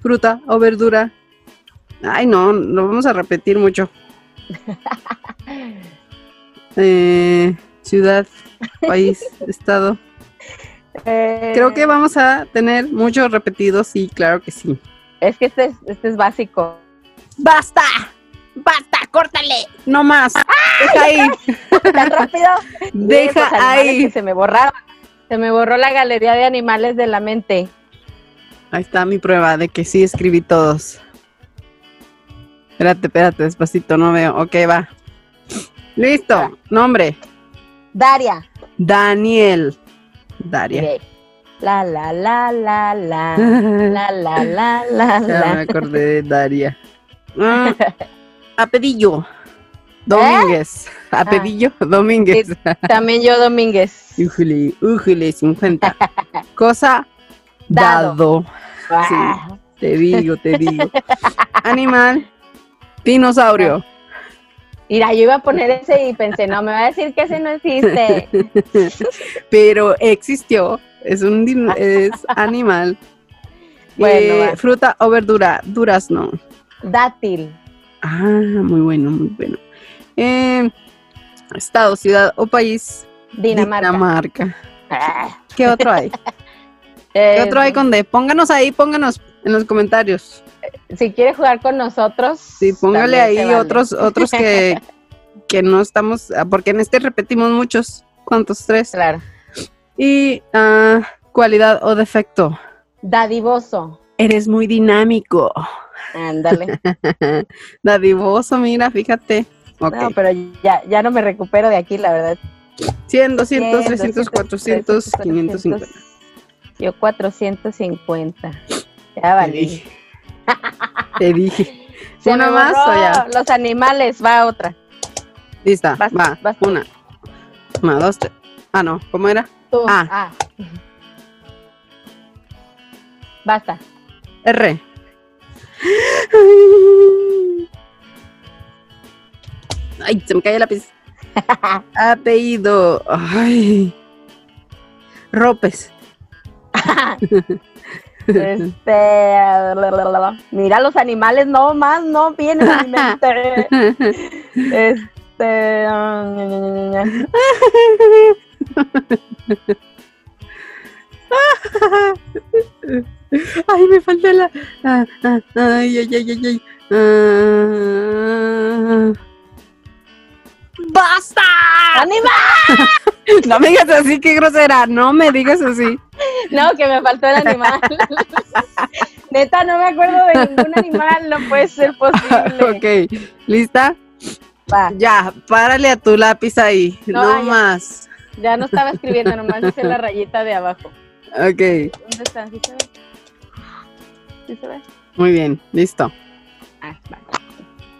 [SPEAKER 3] fruta o verdura. Ay, no, lo vamos a repetir [laughs] mucho. Eh, [laughs] ciudad, país, estado.
[SPEAKER 2] Eh,
[SPEAKER 3] Creo que vamos a tener muchos repetidos, sí, claro que sí.
[SPEAKER 2] Es que este es, este es
[SPEAKER 3] [laughs]
[SPEAKER 2] básico.
[SPEAKER 3] ¡Basta! ¡Basta! ¡Córtale! ¡No más! Deja ahí,
[SPEAKER 2] Tan rápido.
[SPEAKER 3] deja
[SPEAKER 2] Esos animales
[SPEAKER 3] ahí.
[SPEAKER 2] que se me borraron. Se me borró la galería de animales de la mente.
[SPEAKER 3] Ahí está mi prueba de que sí escribí todos. Espérate, espérate, despacito, no veo. Ok, va. Listo. Nombre.
[SPEAKER 2] Daria.
[SPEAKER 3] Daniel. [laughs] Daria.
[SPEAKER 2] Ok. La la la la la.
[SPEAKER 3] [laughs]
[SPEAKER 2] La la la la
[SPEAKER 3] Ya me
[SPEAKER 2] la. [laughs]
[SPEAKER 3] acordé de Daria. Ah,
[SPEAKER 2] ¿Eh?
[SPEAKER 3] apedillo. Domínguez.
[SPEAKER 2] Ah.
[SPEAKER 3] Apedillo. Domínguez.
[SPEAKER 2] También yo Domínguez.
[SPEAKER 3] Újule,
[SPEAKER 2] [laughs]
[SPEAKER 3] újule, 50. Cosa.
[SPEAKER 2] Dado.
[SPEAKER 3] Dado.
[SPEAKER 2] Ah,
[SPEAKER 3] Te digo, te digo. Animal. Dinosaurio.
[SPEAKER 2] Mira, yo iba a poner ese y pensé, no, me va a decir que ese no
[SPEAKER 3] [laughs]
[SPEAKER 2] existe.
[SPEAKER 3] pero existió. Es un din- es animal.
[SPEAKER 2] [laughs] Bueno,
[SPEAKER 3] Eh,
[SPEAKER 2] va.
[SPEAKER 3] fruta o verdura, durazno.
[SPEAKER 2] Dátil.
[SPEAKER 3] Ah, muy bueno, muy bueno. Eh, estado, ciudad o país.
[SPEAKER 2] Dinamarca.
[SPEAKER 3] Dinamarca.
[SPEAKER 2] Ah.
[SPEAKER 3] ¿Qué
[SPEAKER 2] [laughs]
[SPEAKER 3] otro hay? ¿Qué
[SPEAKER 2] Eh,
[SPEAKER 3] otro hay con D? Pónganos ahí, pónganos en los comentarios.
[SPEAKER 2] Si quiere jugar con nosotros.
[SPEAKER 3] Sí, póngale
[SPEAKER 2] también se
[SPEAKER 3] ahí
[SPEAKER 2] vale.
[SPEAKER 3] otros, otros
[SPEAKER 2] [laughs]
[SPEAKER 3] que, que no estamos, ah, porque en este repetimos muchos. ¿Cuántos? Tres.
[SPEAKER 2] Claro.
[SPEAKER 3] Y ah, cualidad o defecto.
[SPEAKER 2] Dadivoso.
[SPEAKER 3] Eres muy dinámico. [laughs]
[SPEAKER 2] Ándale.
[SPEAKER 3] Dadivoso, mira, fíjate. Ok.
[SPEAKER 2] No, pero ya, ya no me recupero de aquí, la verdad.
[SPEAKER 3] 100, 200,
[SPEAKER 2] 100,
[SPEAKER 3] 300, 400, 550.
[SPEAKER 2] Yo 450. Ya
[SPEAKER 3] Te
[SPEAKER 2] valí.
[SPEAKER 3] dije. Te dije.
[SPEAKER 2] Se
[SPEAKER 3] ¿Una
[SPEAKER 2] me
[SPEAKER 3] más
[SPEAKER 2] borró
[SPEAKER 3] o ya?
[SPEAKER 2] Los animales, va otra.
[SPEAKER 3] Lista,
[SPEAKER 2] Vas,
[SPEAKER 3] va.
[SPEAKER 2] vas.
[SPEAKER 3] Una. Una, dos, tres. Ah, no, ¿cómo era?
[SPEAKER 2] Tú.
[SPEAKER 3] Ah.
[SPEAKER 2] Ah.
[SPEAKER 3] [laughs]
[SPEAKER 2] Basta. [laughs]
[SPEAKER 3] R. Ay, se me cae el lápiz. Apellido. Ay. Ropes. [laughs]
[SPEAKER 2] Este, la, la, la, la. mira los animales, no más, no vienen
[SPEAKER 3] [laughs]
[SPEAKER 2] a mi mente. Este, ah, ña, ña, ña, ña, ña.
[SPEAKER 3] Ay, me falta la. ah, ah, ay, ay, ay, ay, ay. Ah. ¡Basta!
[SPEAKER 2] ¡Animal!
[SPEAKER 3] No me digas así, qué grosera. No me digas
[SPEAKER 2] [laughs]
[SPEAKER 3] así.
[SPEAKER 2] No, que me faltó el
[SPEAKER 3] [laughs]
[SPEAKER 2] animal. Neta, no me acuerdo de ningún animal, no puede ser posible.
[SPEAKER 3] Ah, ok, ¿lista?
[SPEAKER 2] Va,
[SPEAKER 3] Ya, párale a tu lápiz ahí.
[SPEAKER 2] No,
[SPEAKER 3] No,
[SPEAKER 2] ah, ya.
[SPEAKER 3] más.
[SPEAKER 2] ya no estaba escribiendo, nomás hice la rayita de abajo.
[SPEAKER 3] Ok,
[SPEAKER 2] ¿Dónde están? ¿Sí se ve? ¿Sí se ve?
[SPEAKER 3] muy bien, listo.
[SPEAKER 2] Ah, va.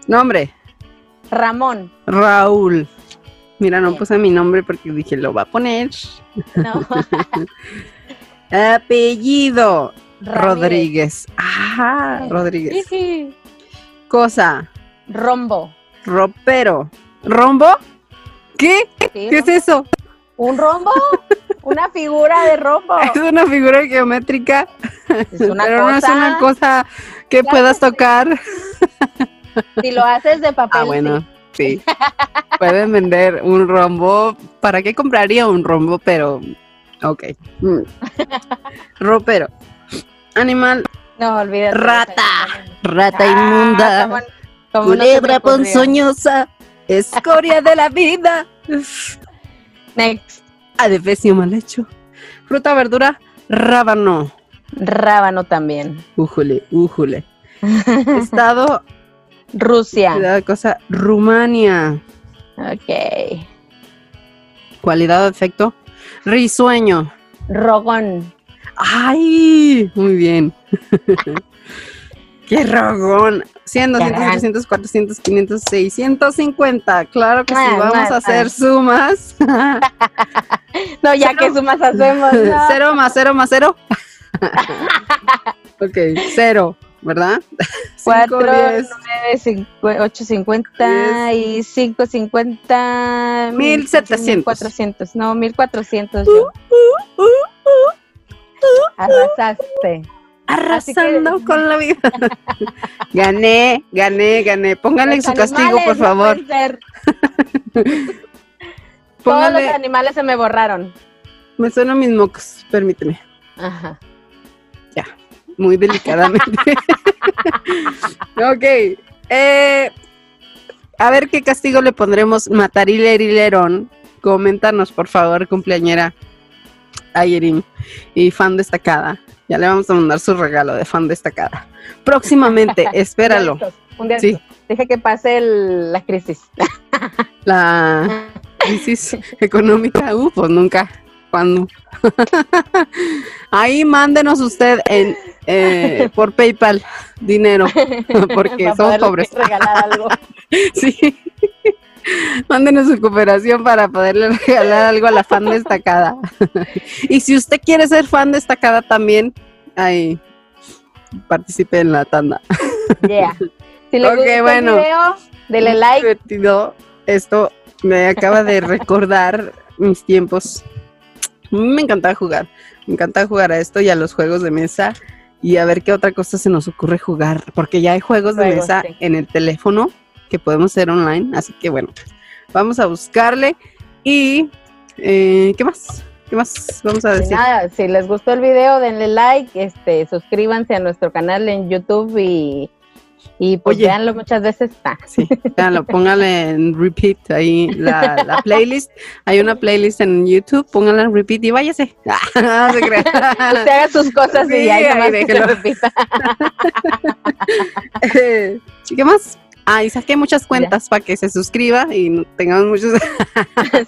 [SPEAKER 3] Nombre:
[SPEAKER 2] Ramón.
[SPEAKER 3] Raúl. Mira, no
[SPEAKER 2] Bien.
[SPEAKER 3] puse mi nombre porque dije, lo va a poner. [laughs]
[SPEAKER 2] No.
[SPEAKER 3] Apellido:
[SPEAKER 2] Ramírez.
[SPEAKER 3] Rodríguez. Ajá, Rodríguez.
[SPEAKER 2] Jiji.
[SPEAKER 3] Cosa,
[SPEAKER 2] Rombo.
[SPEAKER 3] ropero. ¿Rombo? ¿Qué?
[SPEAKER 2] Sí,
[SPEAKER 3] ¿Qué es eso?
[SPEAKER 2] ¿Un rombo? ¿Una figura de
[SPEAKER 3] [laughs]
[SPEAKER 2] rombo?
[SPEAKER 3] Es una figura geométrica,
[SPEAKER 2] Es una
[SPEAKER 3] pero
[SPEAKER 2] cosa.
[SPEAKER 3] no es una cosa que
[SPEAKER 2] Claro
[SPEAKER 3] puedas
[SPEAKER 2] que sí.
[SPEAKER 3] tocar.
[SPEAKER 2] Si lo haces de papel,
[SPEAKER 3] Ah, bueno, sí. Pueden vender un rombo. ¿Para qué compraría un rombo? Pero Ok. Mm. Ropero. Animal,
[SPEAKER 4] No, olvídate.
[SPEAKER 3] Rata. rata
[SPEAKER 4] Ah,
[SPEAKER 3] inmunda,
[SPEAKER 4] ¿cómo- cómo no se me
[SPEAKER 3] culebra
[SPEAKER 4] ocurrió?
[SPEAKER 3] ponzoñosa, escoria de la vida,
[SPEAKER 4] Next.
[SPEAKER 3] adefesio mal hecho. Fruta, verdura, rábano.
[SPEAKER 2] Rábano también.
[SPEAKER 3] Újule, újule. Estado,
[SPEAKER 2] Rusia.
[SPEAKER 3] cuidado, cosa, Rumania.
[SPEAKER 2] Ok.
[SPEAKER 3] Cualidad o efecto, risueño.
[SPEAKER 2] Rogón.
[SPEAKER 3] ¡Ay! Muy bien. [laughs] ¡Qué rogón! 100, 200,
[SPEAKER 2] Caramba.
[SPEAKER 3] 300, 400, 500, 650. Claro que sí,
[SPEAKER 2] Ah,
[SPEAKER 3] vamos
[SPEAKER 2] ah,
[SPEAKER 3] a hacer sumas.
[SPEAKER 2] No, ya
[SPEAKER 3] Cero.
[SPEAKER 2] que sumas hacemos.
[SPEAKER 3] [laughs]
[SPEAKER 2] ¿no?
[SPEAKER 3] Cero más cero más cero. [laughs] ok, cero, ¿verdad? [laughs] Cinco,
[SPEAKER 2] 4,
[SPEAKER 3] diez,
[SPEAKER 2] 9, 8, 50 y 5, 50.
[SPEAKER 3] 1700.
[SPEAKER 2] 400. No, 1400.
[SPEAKER 3] Uh,
[SPEAKER 2] yo. Arrasaste.
[SPEAKER 3] Arrasando con la vida. [laughs] gané, gané, gané. Pónganle
[SPEAKER 2] Los
[SPEAKER 3] su castigo,
[SPEAKER 2] animales
[SPEAKER 3] por
[SPEAKER 2] no
[SPEAKER 3] favor.
[SPEAKER 2] vencer. pues, Todos los
[SPEAKER 3] Pónganle.
[SPEAKER 2] animales se me borraron.
[SPEAKER 3] Me suenan mis mocos, permíteme.
[SPEAKER 2] Ajá.
[SPEAKER 3] Muy delicadamente. [laughs] ok. eh, a ver qué castigo le pondremos matar y Lerón. Coméntanos, por favor, cumpleañera Ayerin y fan destacada. Ya le vamos a mandar su regalo de fan destacada.
[SPEAKER 2] [laughs]
[SPEAKER 3] Próximamente, espéralo.
[SPEAKER 2] Un día de estos, Un día de
[SPEAKER 3] Sí.
[SPEAKER 2] estos. Deja que pase el- la crisis.
[SPEAKER 3] La crisis económica, uh, pues nunca. ¿Cuándo? Ahí mándenos usted en, eh, por PayPal dinero, porque
[SPEAKER 2] Para
[SPEAKER 3] somos
[SPEAKER 2] poderles [laughs]
[SPEAKER 3] pobres.
[SPEAKER 2] Regalar algo.
[SPEAKER 3] Sí. Mándenos su cooperación para poderle regalar algo a la fan destacada. y si usted quiere ser fan destacada también, ahí participe en la tanda.
[SPEAKER 2] Yeah. Si les
[SPEAKER 3] Ok,
[SPEAKER 2] gustó
[SPEAKER 3] bueno.
[SPEAKER 2] el video, denle like.
[SPEAKER 3] divertido. Esto me acaba de recordar [laughs] mis tiempos. Me encantaba jugar. Me encantaba jugar a esto y a los juegos de mesa y a ver qué otra cosa se nos ocurre jugar. Porque ya hay juegos de
[SPEAKER 2] Juegos,
[SPEAKER 3] mesa
[SPEAKER 2] sí.
[SPEAKER 3] en el teléfono que podemos hacer online. Así que bueno, vamos a buscarle. Y eh, ¿qué más? ¿Qué más vamos a
[SPEAKER 2] Y
[SPEAKER 3] decir?
[SPEAKER 2] nada, si les gustó el video, denle like, este, suscríbanse a nuestro canal en YouTube y, y pues
[SPEAKER 3] Oye.
[SPEAKER 2] véanlo muchas veces. Ah,
[SPEAKER 3] Sí, véanlo, póngale en repeat ahí la, la playlist. Hay una playlist en YouTube, póngala en repeat y váyase. [laughs] Ah, No se crea.
[SPEAKER 2] [laughs] Usted haga sus cosas
[SPEAKER 3] Sí,
[SPEAKER 2] y ahí nomás
[SPEAKER 3] ahí
[SPEAKER 2] que se
[SPEAKER 3] déjelo.
[SPEAKER 2] lo [laughs] repita.
[SPEAKER 3] ¿Y qué más? Ah, y saqué muchas cuentas para que se suscriba y no-
[SPEAKER 2] [laughs]
[SPEAKER 3] tengamos muchos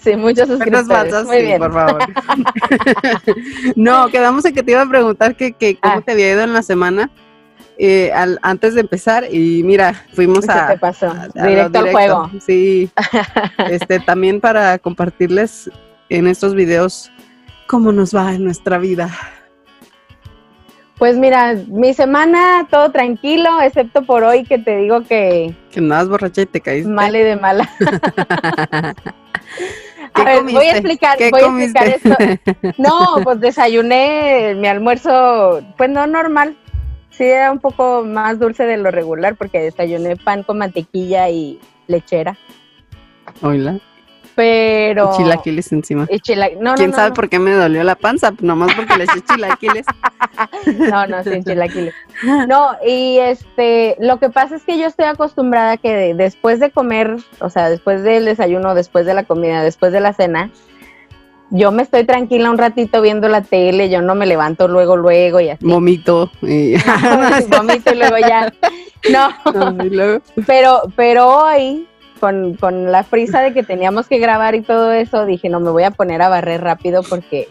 [SPEAKER 2] sí, muchos
[SPEAKER 3] cuentas
[SPEAKER 2] suscriptores.
[SPEAKER 3] falsas.
[SPEAKER 2] Muy
[SPEAKER 3] sí,
[SPEAKER 2] bien.
[SPEAKER 3] por
[SPEAKER 2] [laughs]
[SPEAKER 3] favor. no, quedamos en que te iba a preguntar que, que cómo
[SPEAKER 2] Ah.
[SPEAKER 3] te había ido en la semana eh, al- antes de empezar y mira, fuimos
[SPEAKER 2] Se
[SPEAKER 3] a...
[SPEAKER 2] te pasó.
[SPEAKER 3] a- a lo
[SPEAKER 2] Directo al
[SPEAKER 3] directo,
[SPEAKER 2] juego. [laughs]
[SPEAKER 3] Sí. Este, también para compartirles en estos videos cómo nos va en nuestra vida.
[SPEAKER 2] Pues mira, mi semana todo tranquilo, excepto por hoy que te digo que
[SPEAKER 3] Que andabas borracha y te caíste.
[SPEAKER 2] mal y de mala.
[SPEAKER 3] [laughs]
[SPEAKER 2] [laughs]
[SPEAKER 3] ¿Qué
[SPEAKER 2] A ver, voy a
[SPEAKER 3] comiste?
[SPEAKER 2] explicar,
[SPEAKER 3] ¿Qué
[SPEAKER 2] voy a
[SPEAKER 3] comiste?
[SPEAKER 2] explicar esto.
[SPEAKER 3] [laughs]
[SPEAKER 2] No, pues desayuné mi almuerzo, pues no normal. Sí, era un poco más dulce de lo regular porque desayuné pan con mantequilla y lechera.
[SPEAKER 3] Hola.
[SPEAKER 2] Pero.
[SPEAKER 3] y Chilaquiles encima.
[SPEAKER 2] y chila- No, no,
[SPEAKER 3] ¿Quién
[SPEAKER 2] no,
[SPEAKER 3] sabe
[SPEAKER 2] no.
[SPEAKER 3] por qué me dolió la panza? Nomás porque le eché
[SPEAKER 2] [laughs]
[SPEAKER 3] chilaquiles.
[SPEAKER 2] No, no, sin chilaquiles. No, y este, lo que pasa es que yo estoy acostumbrada que de- después de comer, o sea, después del desayuno, después de la comida, después de la cena, yo me estoy tranquila un ratito viendo la tele, yo no me levanto luego, luego y así.
[SPEAKER 3] [laughs] Vomito. Y,
[SPEAKER 2] [laughs]
[SPEAKER 3] [laughs]
[SPEAKER 2] Vomito y luego ya. No,
[SPEAKER 3] y luego,
[SPEAKER 2] pero, pero hoy, con, con la prisa de que teníamos que grabar y todo eso, dije, no, me voy a poner a barrer rápido porque,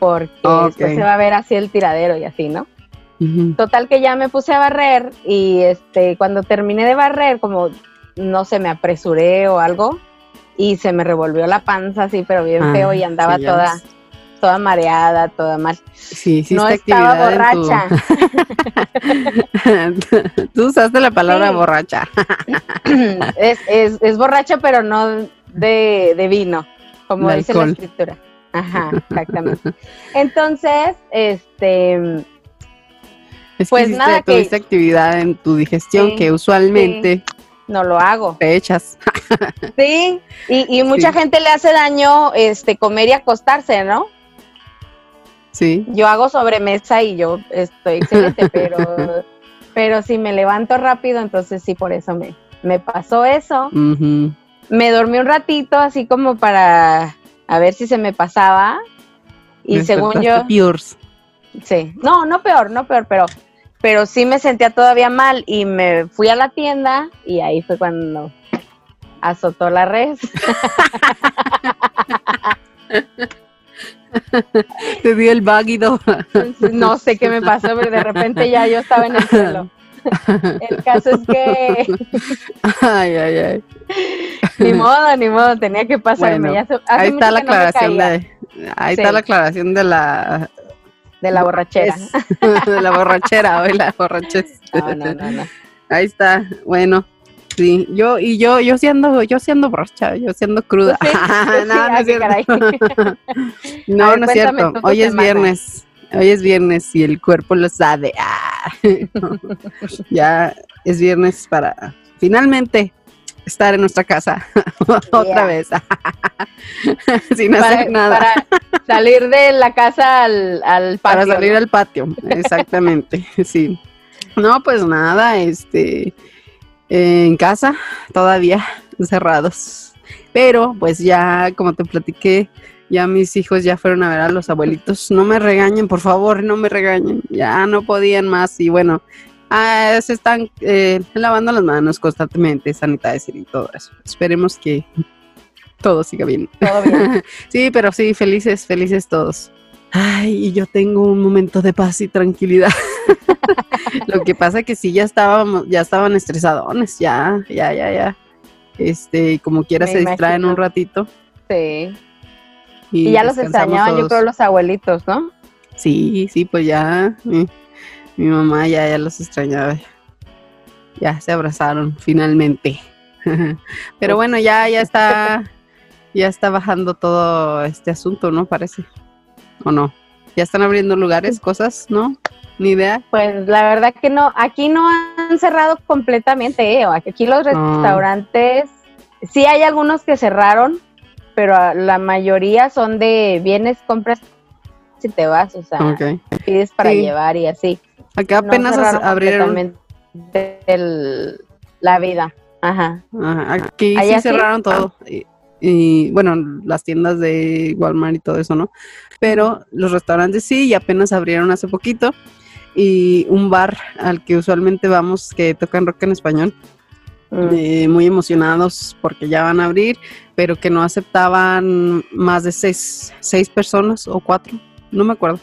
[SPEAKER 2] porque
[SPEAKER 3] Ok.
[SPEAKER 2] después se va a ver así el tiradero y así, ¿no?
[SPEAKER 3] ujú,
[SPEAKER 2] Total que ya me puse a barrer y este cuando terminé de barrer, como no sé, me apresuré o algo y se me revolvió la panza así, pero bien
[SPEAKER 3] Ah,
[SPEAKER 2] feo y andaba
[SPEAKER 3] sí, ya
[SPEAKER 2] toda
[SPEAKER 3] ves.
[SPEAKER 2] toda mareada, toda mal.
[SPEAKER 3] Sí, hiciste
[SPEAKER 2] no estaba
[SPEAKER 3] actividad en tu-
[SPEAKER 2] borracha. [clears throat]
[SPEAKER 3] [laughs] Tú usaste la palabra
[SPEAKER 2] Sí.
[SPEAKER 3] borracha. [laughs]
[SPEAKER 2] es, es, es borracha, pero no de, de vino, como
[SPEAKER 3] De
[SPEAKER 2] dice
[SPEAKER 3] alcohol.
[SPEAKER 2] la escritura. Ajá, exactamente. Entonces, este,
[SPEAKER 3] Es
[SPEAKER 2] Pues
[SPEAKER 3] que hiciste-
[SPEAKER 2] nada, que-
[SPEAKER 3] tuviste actividad en tu digestión
[SPEAKER 2] Sí,
[SPEAKER 3] que usualmente
[SPEAKER 2] no lo hago.
[SPEAKER 3] [laughs] te echas.
[SPEAKER 2] Sí, y, y mucha
[SPEAKER 3] Sí.
[SPEAKER 2] gente le hace daño este comer y acostarse, ¿no?
[SPEAKER 3] Sí.
[SPEAKER 2] Yo hago sobremesa y yo estoy excelente, pero, pero si me levanto rápido, entonces sí, por eso me, me pasó eso.
[SPEAKER 3] Ujú.
[SPEAKER 2] Me dormí un ratito, así como para a ver si se me pasaba. Y según yo,
[SPEAKER 3] Despertaste piors.
[SPEAKER 2] sí, no, no peor, no peor, pero, pero sí me sentía todavía mal y me fui a la tienda y ahí fue cuando azotó la red.
[SPEAKER 3] [laughs] Te dio el váguido.
[SPEAKER 2] No sé qué me pasó, pero de repente ya yo estaba en el suelo. El caso es que
[SPEAKER 3] [laughs] Ay, ay, ay. [laughs]
[SPEAKER 2] Ni modo, ni modo, tenía que pasarme.
[SPEAKER 3] Bueno,
[SPEAKER 2] ya se- hace
[SPEAKER 3] Ahí
[SPEAKER 2] mucho
[SPEAKER 3] está la
[SPEAKER 2] que Ah, no me
[SPEAKER 3] aclaración
[SPEAKER 2] caía
[SPEAKER 3] de. Ahí
[SPEAKER 2] Sí.
[SPEAKER 3] está la aclaración de la.
[SPEAKER 2] de la borrachera.
[SPEAKER 3] de [laughs] la borrachera, hoy la borrachez.
[SPEAKER 2] [laughs] No, no, no, no.
[SPEAKER 3] Ahí está, bueno. Sí, yo y yo yo siendo yo siendo borracha, yo siendo cruda.
[SPEAKER 2] Pues sí,
[SPEAKER 3] [laughs]
[SPEAKER 2] sí,
[SPEAKER 3] no, [laughs] no
[SPEAKER 2] ah,
[SPEAKER 3] es
[SPEAKER 2] qué
[SPEAKER 3] cierto.
[SPEAKER 2] caray. A
[SPEAKER 3] No,
[SPEAKER 2] ver,
[SPEAKER 3] no es
[SPEAKER 2] cuéntame
[SPEAKER 3] cierto.
[SPEAKER 2] tú tu
[SPEAKER 3] Hoy es
[SPEAKER 2] semana.
[SPEAKER 3] viernes. Hoy es viernes y el cuerpo lo sabe. Ah. [laughs] ya es viernes para finalmente estar en nuestra casa [laughs] otra
[SPEAKER 2] Yeah.
[SPEAKER 3] vez. [laughs] Sin
[SPEAKER 2] Para,
[SPEAKER 3] hacer nada. Para,
[SPEAKER 2] para salir de la casa al, al patio.
[SPEAKER 3] salir
[SPEAKER 2] ¿no?
[SPEAKER 3] al patio. Exactamente. [laughs] sí. No, pues nada, este en casa todavía encerrados. Pero pues ya como te platiqué, ya mis hijos ya fueron a ver a los abuelitos. No me regañen, por favor, no me regañen. Ya no podían más y bueno, ah, se están eh, lavando las manos constantemente, sanitizer y todo eso. Esperemos que todo siga bien.
[SPEAKER 2] Todo
[SPEAKER 3] [laughs]
[SPEAKER 2] bien.
[SPEAKER 3] Sí, pero sí, felices, felices todos. Ay, y yo tengo un momento de paz y tranquilidad. [laughs] Lo que pasa que sí ya estábamos, ya estaban estresadones, ya, ya, ya, ya. Este, y como quiera
[SPEAKER 2] Me
[SPEAKER 3] se distraen
[SPEAKER 2] imagino.
[SPEAKER 3] un ratito.
[SPEAKER 2] Sí. Y, ya los
[SPEAKER 3] descansamos
[SPEAKER 2] extrañaban, yo
[SPEAKER 3] todos.
[SPEAKER 2] creo, los abuelitos, ¿no?
[SPEAKER 3] Sí, sí, pues ya. Mi, mi mamá ya, ya los extrañaba. Ya se abrazaron finalmente. [laughs] Pero bueno, ya, ya está, ya está bajando todo este asunto, ¿no? Parece. ¿O no? Ya están abriendo lugares, cosas, ¿no? Ni idea.
[SPEAKER 2] Pues la verdad que no, aquí no han cerrado completamente, ¿eh? aquí los
[SPEAKER 3] No.
[SPEAKER 2] restaurantes, sí hay algunos que cerraron, pero a- la mayoría son de vienes, compras si te vas, o sea,
[SPEAKER 3] Ok.
[SPEAKER 2] pides para
[SPEAKER 3] Sí.
[SPEAKER 2] llevar y así.
[SPEAKER 3] Acá
[SPEAKER 2] No
[SPEAKER 3] apenas as-
[SPEAKER 2] cerraron
[SPEAKER 3] abrieron.
[SPEAKER 2] completamente el- la vida, ajá.
[SPEAKER 3] Ajá, aquí sí
[SPEAKER 2] ¿Allá sí?
[SPEAKER 3] cerraron todo. Y, y, bueno, las tiendas de Walmart y todo eso, ¿no? Pero los restaurantes sí, y apenas abrieron hace poquito. Y un bar al que usualmente vamos, que tocan rock en español,
[SPEAKER 2] Mm.
[SPEAKER 3] eh, muy emocionados porque ya van a abrir, pero que no aceptaban más de seis, seis personas o cuatro, no me acuerdo.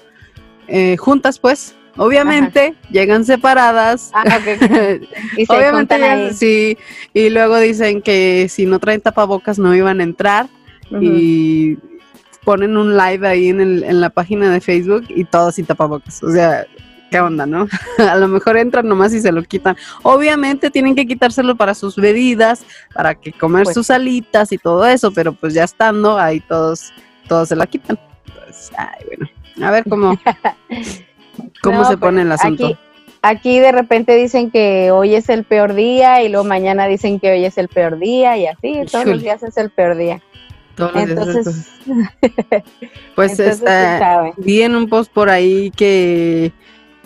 [SPEAKER 3] Eh, juntas, pues, obviamente, llegan separadas.
[SPEAKER 2] Ah,
[SPEAKER 3] [laughs]
[SPEAKER 2] ok. [laughs] Y se
[SPEAKER 3] Obviamente
[SPEAKER 2] juntan
[SPEAKER 3] ya-
[SPEAKER 2] ahí.
[SPEAKER 3] sí, y luego dicen que si no traen tapabocas no iban a entrar
[SPEAKER 2] Ujú.
[SPEAKER 3] y ponen un live ahí en, el- en la página de Facebook y todos sin tapabocas, o sea, qué onda, ¿no? [laughs] a lo mejor entran nomás y se lo quitan. Obviamente tienen que quitárselo para sus bebidas, para que comer
[SPEAKER 2] Pues
[SPEAKER 3] sus alitas y todo eso, pero pues ya estando ahí todos todos se la quitan. Entonces, ay, bueno, a ver
[SPEAKER 2] [laughs]
[SPEAKER 3] cómo cómo
[SPEAKER 2] No,
[SPEAKER 3] se
[SPEAKER 2] pues,
[SPEAKER 3] pone el asunto.
[SPEAKER 2] Aquí, aquí de repente dicen que hoy es el peor día y luego mañana dicen que hoy es el peor día y así, todos
[SPEAKER 3] Híjole.
[SPEAKER 2] los días es el peor día.
[SPEAKER 3] Todos los días es esto.
[SPEAKER 2] Entonces,
[SPEAKER 3] pues
[SPEAKER 2] entonces
[SPEAKER 3] esta-
[SPEAKER 2] se sabe.
[SPEAKER 3] vi en un post por ahí que,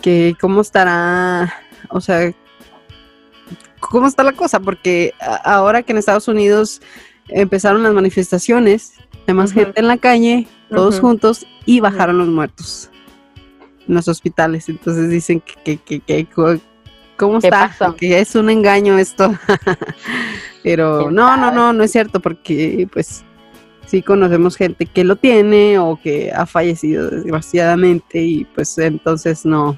[SPEAKER 3] que cómo estará, o sea, cómo está la cosa, porque a- ahora que en Estados Unidos empezaron las manifestaciones, hay más
[SPEAKER 2] Ujú.
[SPEAKER 3] gente en la calle, todos
[SPEAKER 2] Ujú.
[SPEAKER 3] juntos, y bajaron los muertos en los hospitales. Entonces dicen que, que, que, que co- ¿cómo
[SPEAKER 2] ¿Qué
[SPEAKER 3] está?
[SPEAKER 2] pasó?
[SPEAKER 3] Que es un engaño esto. [laughs] Pero
[SPEAKER 2] ¿Quién
[SPEAKER 3] no, no,
[SPEAKER 2] sabe?
[SPEAKER 3] no, no es cierto, porque pues sí conocemos gente que lo tiene o que ha fallecido desgraciadamente y pues entonces no,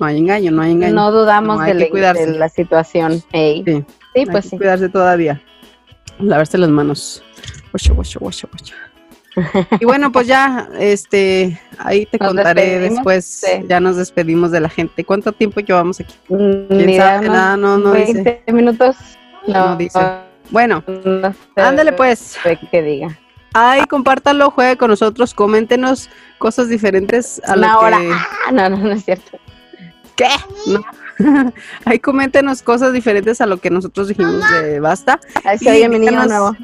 [SPEAKER 3] no hay engaño, no hay engaño.
[SPEAKER 2] No dudamos
[SPEAKER 3] No, hay
[SPEAKER 2] de,
[SPEAKER 3] que
[SPEAKER 2] la,
[SPEAKER 3] cuidarse.
[SPEAKER 2] de la situación. ey.
[SPEAKER 3] Sí.
[SPEAKER 2] Sí.
[SPEAKER 3] Hay
[SPEAKER 2] pues
[SPEAKER 3] que
[SPEAKER 2] sí.
[SPEAKER 3] cuidarse todavía. Lavarse las manos. Guacha, guacha, guacha, guacha. [laughs] Y bueno, pues ya, este, ahí te
[SPEAKER 2] Nos
[SPEAKER 3] contaré
[SPEAKER 2] despedimos,
[SPEAKER 3] después.
[SPEAKER 2] sí.
[SPEAKER 3] Ya nos despedimos de la gente. ¿Cuánto tiempo llevamos aquí?
[SPEAKER 2] Mm, Ni
[SPEAKER 3] ¿Quién
[SPEAKER 2] idea,
[SPEAKER 3] sabe?
[SPEAKER 2] unos
[SPEAKER 3] Nada, no, no dice.
[SPEAKER 2] 20 minutos. No,
[SPEAKER 3] No dice. Bueno,
[SPEAKER 2] no sé
[SPEAKER 3] ándale pues.
[SPEAKER 2] Que diga.
[SPEAKER 3] Ay, compártalo, juegue con nosotros, coméntenos cosas diferentes a
[SPEAKER 2] Una
[SPEAKER 3] lo
[SPEAKER 2] hora.
[SPEAKER 3] que...
[SPEAKER 2] Ah, no, no, no es cierto.
[SPEAKER 3] ¿Qué? No. [laughs] Ay, coméntenos cosas diferentes a lo que nosotros dijimos de basta.
[SPEAKER 2] Ahí
[SPEAKER 3] Y
[SPEAKER 2] se oye mi niño
[SPEAKER 3] [laughs] díganos-
[SPEAKER 2] nuevo.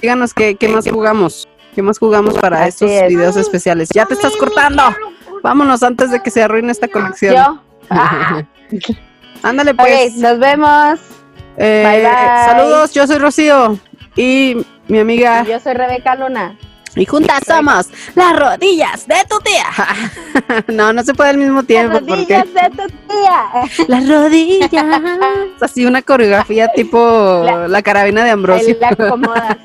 [SPEAKER 3] Díganos qué, qué más jugamos. ¿Qué más jugamos para
[SPEAKER 2] Así
[SPEAKER 3] estos
[SPEAKER 2] es.
[SPEAKER 3] videos especiales? ¡Ya te estás cortando! Vámonos antes de que se arruine esta conexión. [laughs]
[SPEAKER 2] Yo. ah.
[SPEAKER 3] Ándale, pues.
[SPEAKER 2] Ok, nos vemos.
[SPEAKER 3] Eh,
[SPEAKER 2] bye, bye.
[SPEAKER 3] Saludos, yo soy Rocío y
[SPEAKER 2] [laughs]
[SPEAKER 3] mi amiga.
[SPEAKER 2] Yo soy Rebeca Luna.
[SPEAKER 3] Y juntas somos las rodillas de tu tía. [laughs] no, no se puede al mismo tiempo porque
[SPEAKER 2] Rodillas de tu tía.
[SPEAKER 3] las rodillas. Así
[SPEAKER 2] [laughs]
[SPEAKER 3] una coreografía tipo la,
[SPEAKER 2] La-
[SPEAKER 3] carabina de Ambrosio.
[SPEAKER 2] Ahí la
[SPEAKER 3] [laughs]
[SPEAKER 2] acomodas.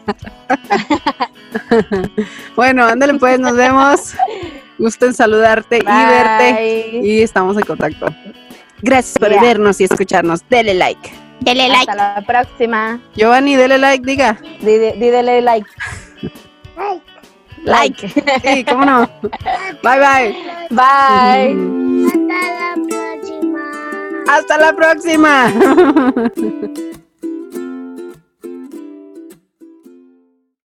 [SPEAKER 3] Bueno, ándale pues,
[SPEAKER 2] [laughs]
[SPEAKER 3] nos vemos. Gusto en saludarte y verte.
[SPEAKER 2] Bye.
[SPEAKER 3] Y estamos en contacto. Gracias por
[SPEAKER 2] Ya.
[SPEAKER 3] vernos y escucharnos. Dele like.
[SPEAKER 1] Dele like.
[SPEAKER 2] Hasta la próxima.
[SPEAKER 3] Giovanni, dele like, diga.
[SPEAKER 2] Dile, dile like.
[SPEAKER 3] Like. Sí, cómo no. Bye, bye.
[SPEAKER 2] Bye.
[SPEAKER 1] Hasta la próxima.
[SPEAKER 3] Hasta la próxima.